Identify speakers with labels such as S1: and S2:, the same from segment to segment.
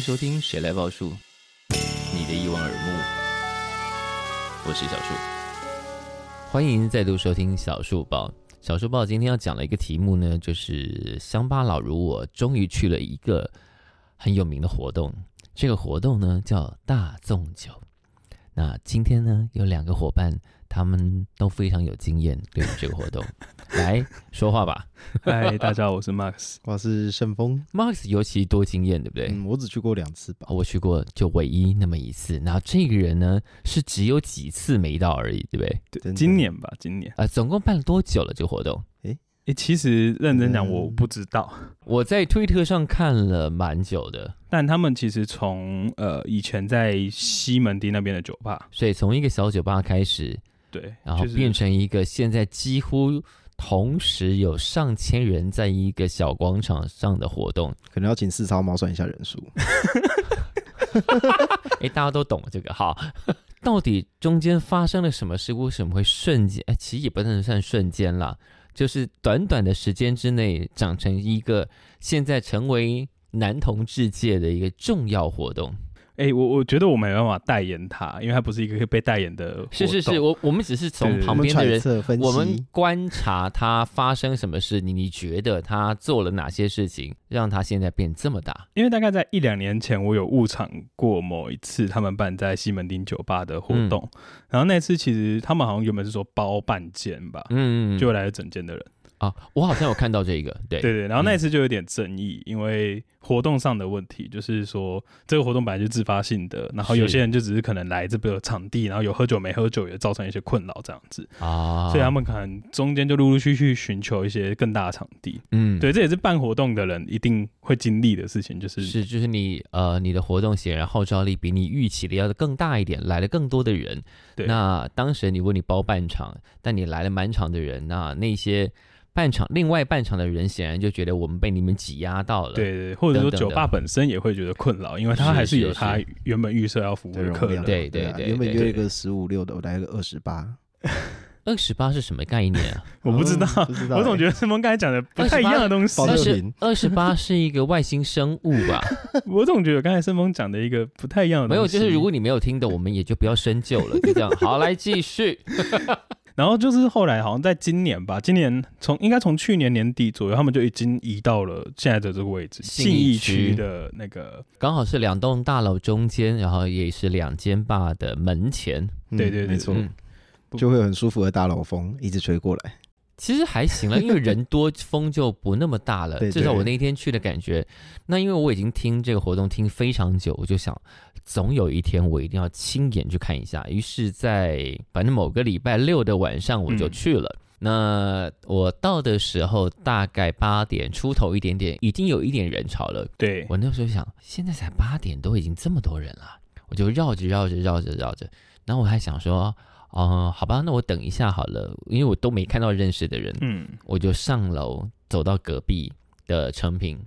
S1: 收听《谁来报数》，你的一望而目，我是小树，欢迎再度收听小树报。小树报今天要讲的一个题目呢，就是乡巴佬如我终于去了一个很有名的活动，这个活动呢叫大纵酒。那今天呢有两个伙伴，他们都非常有经验，对于这个 活动，来说话吧。
S2: 嗨，大家好，我是 Max。
S3: 我是盛峰，
S1: Max 尤其多经验，对不对？
S3: 嗯，我只去过两次吧。
S1: 我去过就唯一那么一次，然后这个人呢是只有几次没到而已，对不对？
S3: 真的
S2: 今年吧，今年。
S1: 啊、总共办了多久了这个活动？
S2: 诶，其实认真讲，
S3: 嗯
S2: 我不知道。
S1: 我在推特上看了蛮久的，
S2: 但他们其实从呃以前在西门町那边的酒吧，
S1: 所以从一个小酒吧开始，
S2: 对，
S1: 然后
S2: 就是
S1: 变成一个现在几乎同时有上千人在一个小广场上的活动。
S3: 可能要请四超猫算一下人数。
S1: 哎，大家都懂这个好。 到底中间发生了什么事？为什么会瞬间？哎，其实也不能算瞬间啦，就是短短的时间之内长成一个现在成为男同志界的一个重要活动。
S2: 诶，我我觉得我没办法代言他，因为他不是一个可以被代言的活 动。
S1: 是是是，我我们只是从
S2: 对
S1: 旁边的
S3: 揣
S1: 人，
S3: 测分析，
S1: 我们观察他发生什么事，你你觉得他做了哪些事情，让他现在变这么大？
S2: 因为大概在一两年前，我有误场过某一次他们办在西门町酒吧的活
S1: 嗯
S2: 动，然后那次其实他们好像原本是说包半间吧，
S1: 嗯，
S2: 就来了整间的人。
S1: 啊，我好像有看到这个，对
S2: 对对，然后那一
S1: 嗯
S2: 次就有点争议，因为活动上的问题，就是说这个活动本来就自发性的，然后有
S1: 是
S2: 些人就只是可能来这个场地，然后有喝酒没喝酒，也造成一些困扰这样子，
S1: 啊，
S2: 所以他们可能中间就陆陆续续寻求一些更大的场地。
S1: 嗯
S2: 对，这也是办活动的人一定会经历的事情，就是
S1: 是，就是你呃，你的活动显然号召力比你预期的要更大一点，来了更多的人。
S2: 对
S1: 那当时你问你包半场，但你来了满场的人，那那些半场另外半场的人显然就觉得我们被你们挤压到了。
S2: 对对，或者
S1: 等等
S2: 说
S1: 的
S2: 酒吧本身也会觉得困扰，因为他还是有他
S1: 是
S2: 原本预设要服务
S3: 的
S2: 的
S3: 容
S2: 客人
S3: 量。。
S1: 对
S3: 对啊
S1: 对
S3: 原本
S1: 对
S3: 约一个十五六的，我来个二十八。
S1: 二十八是什么概念啊？
S2: 我不知道，
S3: 嗯不知道
S2: 我总
S3: 欸
S2: 觉得 是峰刚才讲的不太一样的东西
S3: 保。
S1: 二
S3: 六
S1: 十
S3: 瓶
S1: 二十八是一个外星生物 吧？
S2: 我总觉得刚才盛峰讲的一个不太一样的东西。
S1: 没有，就是如果你没有听的，我们也就不要深究了，就这样。好，来继续。
S2: 然后就是后来好像在今年吧，今年从应该从去年年底左右，他们就已经移到了现在的这个位置，
S1: 信
S2: 信
S1: 义
S2: 义
S1: 区
S2: 区的那个，
S1: 刚好是两栋大楼中间，然后也是两间坝的门前。
S3: 嗯
S2: 对对对
S3: 没错，
S1: 嗯
S3: 就会有很舒服的大老风一直吹过来。
S1: 其实还行了，因为人多，风就不那么大了。
S3: 对
S1: 至少我那天去的感觉，那因为我已经听这个活动听非常久，我就想，总有一天我一定要亲眼去看一下。于是在，反正某个礼拜六的晚上我就去了。那我到的时候大概八点出头一点点，已经有一点人潮了。
S2: 对，
S1: 我那时候想，现在才八点，都已经这么多人了，我就绕着绕着绕着绕着，然后我还想说，嗯、好吧，那我等一下好了，因为我都没看到认识的人，
S2: 嗯，
S1: 我就上楼走到隔壁的成品。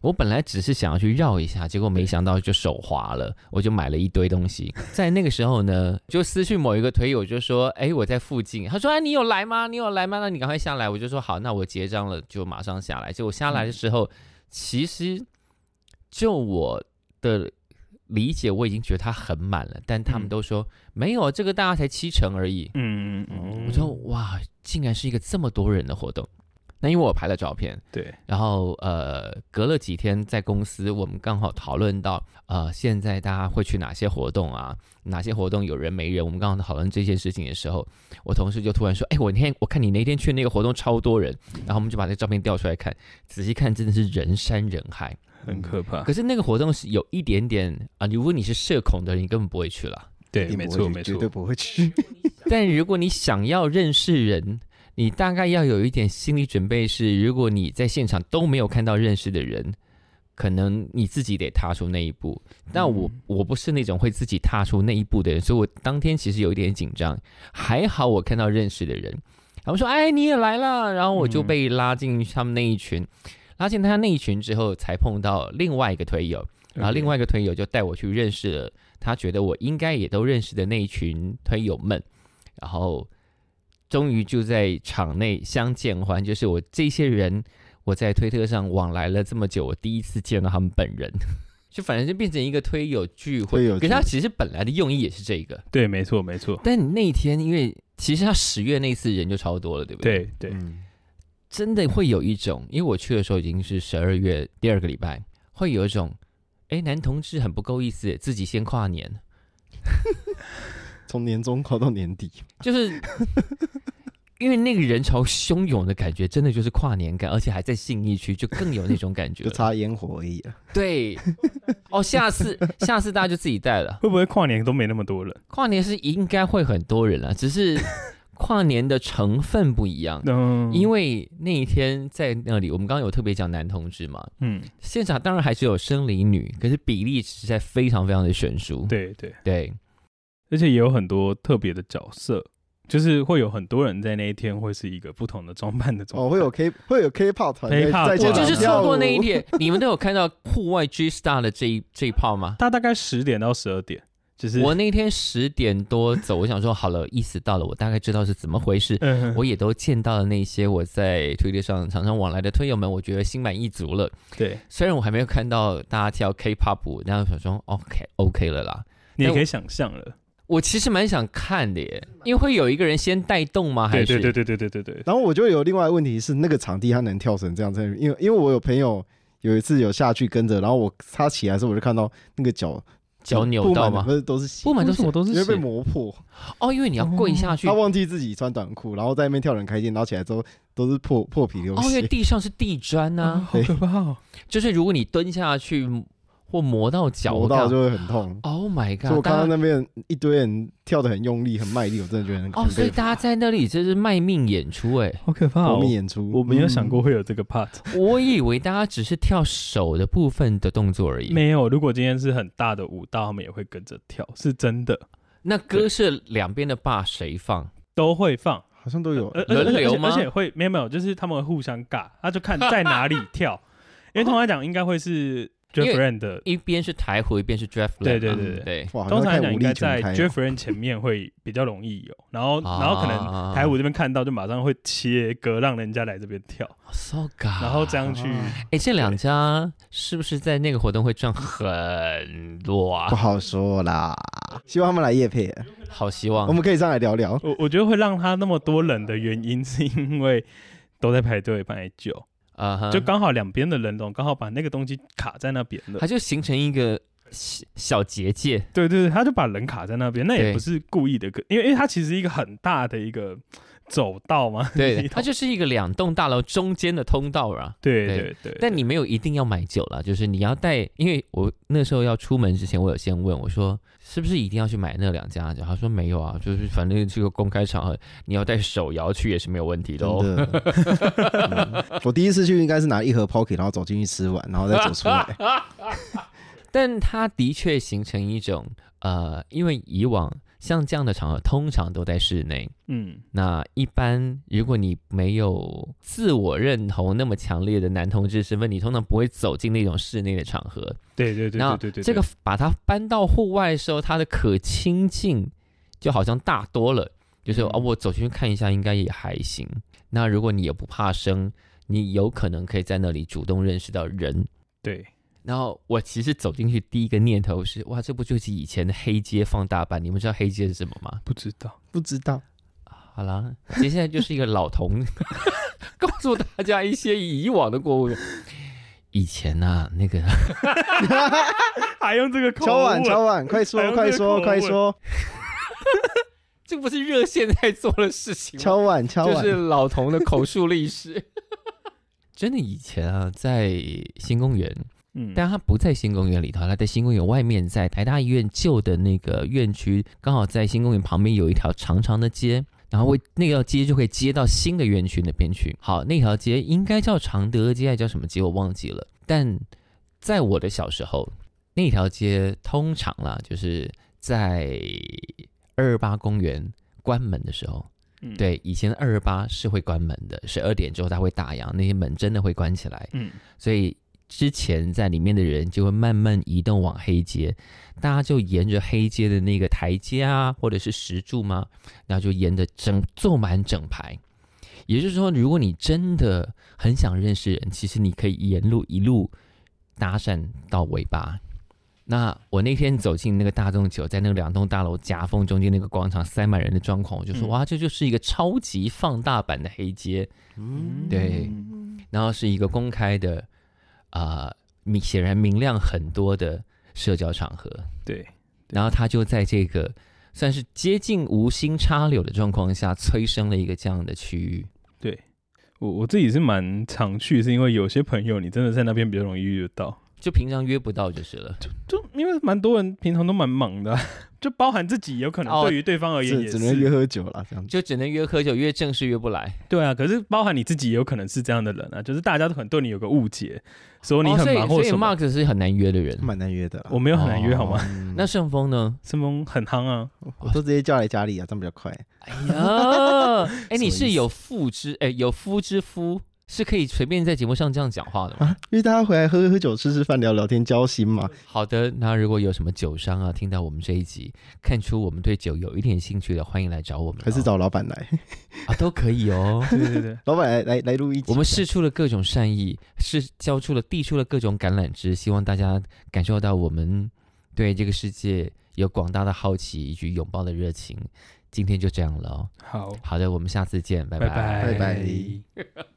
S1: 我本来只是想要去绕一下，结果没想到就手滑了，我就买了一堆东西。在那个时候呢，就私讯某一个推友，就说：“哎，我在附近。”他说：“哎，你有来吗？你有来吗？那你赶快下来。”我就说：“好，那我结账了，就马上下来。”结果下来的时候，其实就我的理解，我已经觉得它很满了，但他们
S2: 嗯
S1: 都说、没有，这个大家才七成而已。
S2: 嗯嗯嗯，
S1: 我说哇，竟然是一个这么多人的活动。那因为我拍了照片，
S2: 对，
S1: 然后呃，隔了几天在公司，我们刚好讨论到呃，现在大家会去哪些活动啊？哪些活动有人没人？我们刚好讨论这些事情的时候，我同事就突然说：“哎，我那天我看你那天去那个活动超多人。”然后我们就把这照片调出来看，仔细看真的是人山人海。
S2: 很可怕，
S1: 可是那个活动是有一点点啊、如果你是社恐的人，你根本不会去了。
S2: 对，
S3: 一定
S2: 没
S3: 不会
S2: 错
S3: 去
S2: 没
S3: 绝对
S2: 错，
S3: 不会去。
S1: 但如果你想要认识人，你大概要有一点心理准备是，如果你在现场都没有看到认识的人，可能你自己得踏出那一步。但我、
S2: 嗯
S1: 我不是那种会自己踏出那一步的人，所以我当天其实有一点紧张。还好我看到认识的人，他们说：“哎，你也来了。”然后我就
S2: 嗯
S1: 被拉进他们那一群，拉进他那一群之后，才碰到另外一个推友。然后另外一个推友就带我去认识了他觉得我应该也都认识的那一群推友们，然后终于就在场内相见欢，就是我这些人。我在推特上往来了这么久，我第一次见到他们本人， 就反正就变成一个推友聚会。
S3: 推友
S1: 可是它
S3: 聚
S1: 其实本来的用意也是这个，
S2: 对，没错，没错，
S1: 但你那一天因为其实他十月那次人就超多了，对不对？对，
S2: 对对，
S3: 嗯，
S1: 真的会有一种，因为我去的时候已经是十二月第二个礼拜，会有一种，哎，男同志很不够意思，自己先跨年。
S3: 从年终考到年底，
S1: 就是 因为那个人潮汹涌的感觉，真的就是跨年感，而且还在信义区，就更有那种感觉
S3: 就
S1: 了。
S3: 差烟火而已啊。
S1: 对，哦，下次下次大家就自己带了。
S2: 会不会跨年都没那么多人？
S1: 跨年是应该会很多人了，只是跨年的成分不一 样。
S2: 嗯，
S1: 因为那一天在那里，我们刚刚有特别讲男同志嘛，
S2: 嗯，
S1: 现场当然还是有生理女，可是比例实在非常非常的悬殊。
S2: 对对，
S1: 对，
S2: 而且也有很多特别的角色，就是会有很多人在那一天会是一个不同的装扮的状态。
S3: 哦，会有 K 会有 K-pop 团
S2: K-pop
S3: 在在
S1: 我
S2: 现
S3: 现
S1: 就
S3: 场
S2: 场
S1: 是
S3: 跳
S1: 错
S3: 舞
S1: 过那一天， 你们都有看到户外 G Star 的这一这一炮吗？
S2: 他大概十点到十二点，就是
S1: 我那天十点多走，我想说好了，意思到了，我大概知道是怎么回事。
S2: 嗯
S1: 我也都见到了那些我在推特上常常往来的推友们，我觉得心满意足了。
S2: 对，
S1: 虽然我还没有看到大家跳 K-pop 舞，然后想说 OK OK 了啦。
S2: 你也可以想象了。
S1: 我其实蛮想看的耶，因为会有一个人先带动吗？还
S2: 对
S1: 是
S2: 对对对对对对对，
S3: 然后我就有另外一个问题是，那个场地它能跳成这样在那边，因为因为我有朋友有一次有下去跟着，然后我他起来的时候，我就看到那个脚
S1: 脚扭
S3: 布满
S1: 到
S3: 了
S1: 吗
S3: 不？是都是血
S1: 不，满都
S2: 为
S1: 是
S2: 什么都
S3: 因
S2: 是
S3: 为被
S2: 血
S3: 磨破，
S1: 哦，因为你要跪下去，
S3: 他
S1: 哦，
S3: 忘记自己穿短裤，然后在那边跳人开心，然后起来之后都是破破皮流
S1: 哦因为
S3: 血。
S1: 地上是地砖呐、
S2: 啊，好可怕哦！
S1: 就是如果你蹲下去或磨到脚，
S3: 磨到就会很痛。
S1: Oh my
S3: 所以我
S1: God！
S3: 看
S1: 大
S3: 到
S1: 家
S3: 那边一堆人跳的很用力、很卖力，我真的觉得很
S1: 哦，所以大家在那里真是卖命演出哎、
S2: 好可怕
S3: 国
S2: 哦！
S3: 民演出，嗯
S2: 我没有想过会有这个 part，
S1: 我以为大家只是跳手的部分的动作而已，
S2: 没有。如果今天是很大的舞蹈，他们也会跟着跳，是真的
S1: 那歌是两边的把谁放？
S2: 都会放。
S3: 嗯，好像都有
S2: 而而
S1: 轮流吗
S2: 而且而且会没有没有，就是他们会互相尬，他就看在哪里跳。因为通常来讲，应该会是
S1: 因为
S2: Jeff r e n 的，
S1: 一边是台湖，一边是 draft，
S2: 对
S1: 对
S2: 对对
S1: 对
S2: 对
S1: 对，
S3: 哇，
S2: 通常来
S3: 看
S2: 讲
S3: 武
S2: 应
S3: 力
S2: 该
S3: 全
S2: 在
S3: 开哦
S2: Jeff r e n 前面会比较容易有，然后然后可能
S1: 能
S2: 台舞这边看到就马上会切割，让人家来这边跳，
S1: so g
S2: 然后这样去
S3: 啊
S1: 哎，这两家是不是在那个活动会赚很多
S3: 不
S1: 啊？
S3: 好说啦。希望他们来夜配，
S1: 哦好希
S3: 我
S1: 望。
S3: 们可以上来聊聊。
S2: 我我觉得会让他那么多人的原因，是因为都在排队排久，
S1: 啊哈，
S2: 就刚好两边的人龙刚好把那个东西卡在那边了
S1: 它。就形成一个小小结界，
S2: 对对对，他就把人卡在那边，那
S1: 对
S2: 也不是故意的，可因为因为它其实一个很大的一个走道 嘛。
S1: 对，
S2: 你懂
S1: 它就是一个两栋大楼中间的通道啊。
S2: 对
S1: 对
S2: 对对，
S1: 但你没有一定要买酒啦，就是你要带，因为我那时候要出门之前，我有先问我说是不是一定要去买那两家酒，他说没有啊，就是反正这个公开场合，你要带手摇去也是没有问题的
S3: 真
S1: 哦。
S3: 的，嗯我第一次去应该是拿一盒 Pocky，然后走进去吃完，然后再走 出来。
S1: 但它的确形成一种呃，因为以往像这样的场合通常都在室内，
S2: 嗯，
S1: 那一般如果你没有自我认同那么强烈的男同志身份，你通常不会走进那种室内的场合。
S2: 对对对
S1: 然后
S2: 对对对，
S1: 这个把它搬到户外的时候，它的可亲近就好像大多了。就是
S2: 嗯
S1: 啊、我走进去看一下，应该也还行。那如果你也不怕生，你有可能可以在那里主动认识到人。
S2: 对
S1: 然后我其实走进去第一个念头是，哇，这不就是以前的黑街放大版？你们知道黑街是什么吗？
S2: 不知道。
S3: 不知道，
S1: 好啦，接下来就是一个老童 告诉大家一些以往的过往。以前呐、那个
S2: 还用这个
S1: 啊
S2: 口啊
S3: 敲碗
S2: 吻
S3: 敲碗，快
S2: 还
S3: 说
S2: 用这
S3: 快
S2: 个口
S3: 说
S2: 吻
S3: 快说，
S1: 这不是热线在做的事情吗？
S3: 敲碗 敲
S1: 就
S3: 碗
S1: 是，老童的口述历史。 真的，以前啊，在新公园，
S2: 嗯，
S1: 但他不在新公园里头，他在新公园外面，在台大医院旧的那个院区，刚好在新公园旁边有一条长长的街，然后会那条街就可以接到新的院区那边去。好，那条街应该叫常德街，还叫什么街我忘记了。但在我的小时候，那条街通常啦，就是在二八公园关门的时候，
S2: 嗯，
S1: 对，以前二二八是会关门的，十二点之后它会打烊，那些门真的会关起来，
S2: 嗯，
S1: 所以之前在里面的人就会慢慢移动往黑街，大家就沿着黑街的那个台阶啊，或者是石柱嘛，然后就沿着整坐满整排。也就是说，如果你真的很想认识人，其实你可以沿路一路搭讪到尾巴，那我那天走进那个大众酒，在那个两栋大楼夹缝中间那个广场塞满人的状况，我就说、
S2: 嗯
S1: 哇，这就是一个超级放大版的黑街，
S3: 嗯，
S1: 对然后是一个公开的，啊、明显然明亮很多的社交场合，
S2: 对，
S1: 然后他就在这个算是接近无心插柳的状况下，催生了一个这样的区域。
S2: 我我自己是蛮常去，是因为有些朋友你真的在那边比较容易遇得到，
S1: 就平常约不到就是了。
S2: 就因为蛮多人平常都蛮忙的啊、 就包含自己，有可能
S1: 哦
S2: 对于对方而言
S3: 只
S2: 也
S3: 只
S2: 是，
S3: 能约喝酒了这样子。
S1: 就只能约喝酒，约正式约不来。
S2: 对啊。可是包含你自己，也有可能是这样的人啊，就是大家都很对你有个误解，说你
S1: 哦，所
S2: 很
S1: 以
S2: 忙或
S1: 所以
S2: 什么。
S1: Mark 哦是很难约的人。
S3: 蛮难约的啦，
S2: 我没有很难约好吗？
S3: 嗯
S1: 啊那顺丰呢？
S2: 顺丰很夯啊，
S3: 我都直接叫来家里啊，这样比较快。
S1: 哎呀， 哎，你
S3: 什么意
S1: 是
S3: 思
S1: 有妇之哎有夫之夫，是可以随便在节目上这样讲话的吗？
S3: 啊，因为大家回来喝喝酒、吃吃饭、聊聊天、交心嘛。
S1: 好的，那如果有什么酒商啊，听到我们这一集，看出我们对酒有一点兴趣的，欢迎来找我们哦、
S3: 还是找老板来，
S1: 啊都可以哦。
S2: 对对对，
S3: 老板来来来录一 集。
S1: 我们试出了各种善意，是交出了递出了各种橄榄枝，希望大家感受到我们对这个世界有广大的好奇以及拥抱的热情。今天就这样了哦、
S2: 好，
S1: 好的，我们下次见，拜
S2: 拜
S3: 拜拜
S1: 拜